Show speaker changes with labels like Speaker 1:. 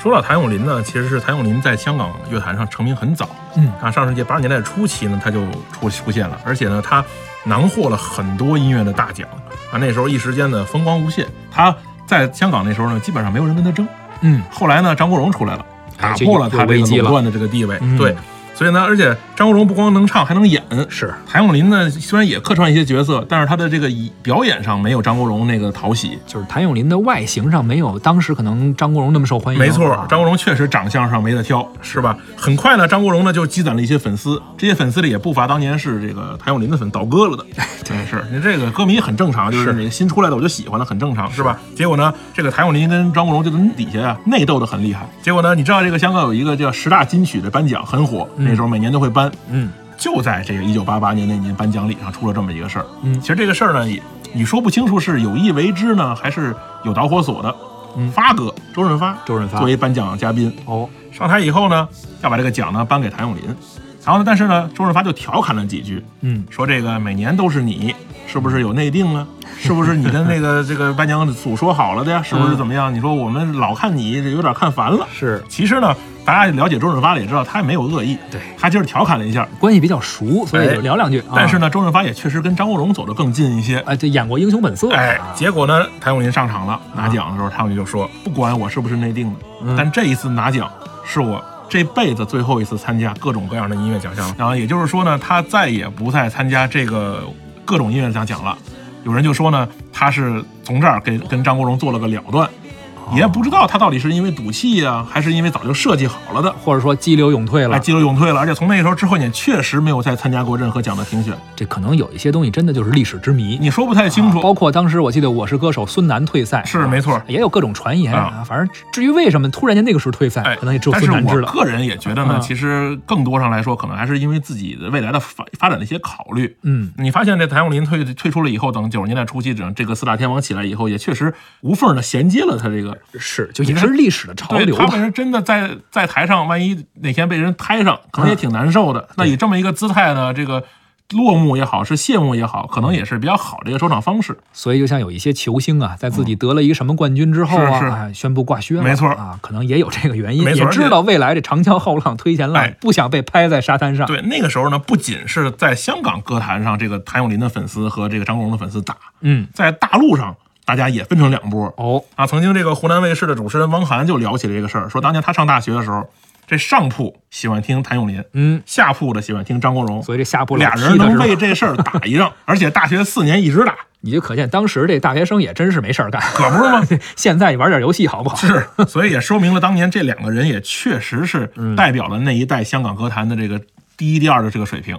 Speaker 1: 说到谭咏麟呢，其实是谭咏麟在香港乐坛上成名很早，
Speaker 2: 嗯
Speaker 1: 啊，上世纪八十年代初期呢，他就出出现了，而且呢，他囊获了很多音乐的大奖啊，那时候一时间呢风光无限。他在香港那时候呢，基本上没有人跟他争。
Speaker 2: 嗯
Speaker 1: 后来呢，张国荣出来了，打破了他这个垄断的这个地位，
Speaker 2: 嗯
Speaker 1: 对。所以呢，而且张国荣不光能唱，还能演。
Speaker 2: 是
Speaker 1: 谭咏麟呢，虽然也客串一些角色，但是他的这个以表演上没有张国荣那个讨喜。
Speaker 2: 就是谭咏麟的外形上没有当时可能张国荣那么受欢迎，
Speaker 1: 没错
Speaker 2: 啊，
Speaker 1: 张国荣确实长相上没得挑，是吧？很快呢，张国荣呢就积攒了一些粉丝，这些粉丝里也不乏当年是这个谭咏麟的粉倒戈了的， 对，是，你这个歌迷很正常，就是你新出来的我就喜欢了，很正常，是吧？结果呢，这个谭咏麟跟张国荣就在底下啊内斗的很厉害。结果呢，你知道这个香港有一个叫十大金曲的颁奖很火，那时候每年都会颁，
Speaker 2: 嗯，
Speaker 1: 就在这个一九八八年那年颁奖礼上出了这么一个事儿。
Speaker 2: 嗯
Speaker 1: 其实这个事儿呢，也你说不清楚是有意为之呢，还是有导火索的。
Speaker 2: 嗯
Speaker 1: 发哥周润发，
Speaker 2: 周润发
Speaker 1: 作为颁奖嘉宾
Speaker 2: 哦，
Speaker 1: 上台以后呢，要把这个奖呢颁给谭咏麟。然后呢，但是呢，周润发就调侃了几句，
Speaker 2: 嗯，
Speaker 1: 说这个每年都是你，是不是有内定啊？是不是你跟那个这个颁奖组说好了的呀？是不是怎么样？你说我们老看你有点看烦了。
Speaker 2: 是
Speaker 1: 其实呢，大家了解周润发了也知道他也没有恶意，
Speaker 2: 对啊
Speaker 1: 他就是调侃了一下。
Speaker 2: 关系比较熟，所以
Speaker 1: 哎
Speaker 2: 就聊两句。啊
Speaker 1: 但是，呢，周润发也确实跟张国荣走得更近一些。
Speaker 2: 啊，就演过《英雄本色》
Speaker 1: 哎
Speaker 2: 啊，
Speaker 1: 结果呢，谭咏麟上场了，拿奖的时候，谭咏麟就说：“不管我是不是内定的，但这一次拿奖是我这辈子最后一次参加各种各样的音乐奖项了。”然后也就是说呢，他再也不再参加这个各种音乐奖奖了。有人就说呢，他是从这儿给跟张国荣做了个了断，也不知道他到底是因为赌气呀、还是因为早就设计好了的。
Speaker 2: 或者说激流勇退
Speaker 1: 哎，
Speaker 2: 了，
Speaker 1: 激流勇退了，而且从那时候之后，也确实没有再参加过任何奖的评选，
Speaker 2: 这可能有一些东西真的就是历史之谜。
Speaker 1: 你说不太清
Speaker 2: 啊
Speaker 1: 楚。
Speaker 2: 包括当时我记得《我是歌手》孙楠退赛
Speaker 1: 是
Speaker 2: 啊
Speaker 1: 没错
Speaker 2: 也有各种传言
Speaker 1: 啊
Speaker 2: 啊。反正至于为什么突然间那个时候退赛，
Speaker 1: 哎，
Speaker 2: 可能也只有
Speaker 1: 但
Speaker 2: 孙
Speaker 1: 是
Speaker 2: 楠知
Speaker 1: 我
Speaker 2: 道。
Speaker 1: 个人也觉得呢，
Speaker 2: 嗯
Speaker 1: 其实更多上来说，可能还是因为自己的未来的发发展的一些考虑。
Speaker 2: 嗯，
Speaker 1: 你发现这谭咏麟退退出了以后，等九十年代初期，整这个四大天王起来以后，也确实无缝的衔接了他这个
Speaker 2: 是，就也是历史的潮
Speaker 1: 对
Speaker 2: 流
Speaker 1: 他
Speaker 2: 吧。
Speaker 1: 本身真的在在台上，万一哪天被人拍上，可能也挺难受的。那以这么一个姿态呢，这个落幕也好，是谢幕也好，可能也是比较好的一个收场方式。
Speaker 2: 所以就像有一些球星啊，在自己得了一个什么冠军之后啊，
Speaker 1: 嗯是是
Speaker 2: 啊宣布挂靴了，
Speaker 1: 没错
Speaker 2: 啊，可能也有这个原因，
Speaker 1: 没错
Speaker 2: 也知道未来这长江后浪推前浪，
Speaker 1: 哎
Speaker 2: 不想被拍在沙滩上。
Speaker 1: 对，那个时候呢，不仅是在香港歌坛上，这个谭咏麟的粉丝和这个张国荣的粉丝打，
Speaker 2: 嗯，
Speaker 1: 在大陆上，大家也分成两波。
Speaker 2: 哦，
Speaker 1: 啊，曾经这个湖南卫视的主持人汪涵就聊起了这个事儿，说当年他上大学的时候，这上铺喜欢听谭咏麟，
Speaker 2: 嗯，
Speaker 1: 下铺的喜欢听张国荣，
Speaker 2: 所以这下部
Speaker 1: 俩人能为这事儿打一仗，而且大学四年一直打，
Speaker 2: 你就可见当时这大学生也真是没事儿干，
Speaker 1: 可不是吗？
Speaker 2: 现在玩点游戏好不好？
Speaker 1: 是，所以也说明了当年
Speaker 2: 嗯
Speaker 1: 这两个人也确实是代表了那一代香港歌坛的这个第一、第二的这个水平。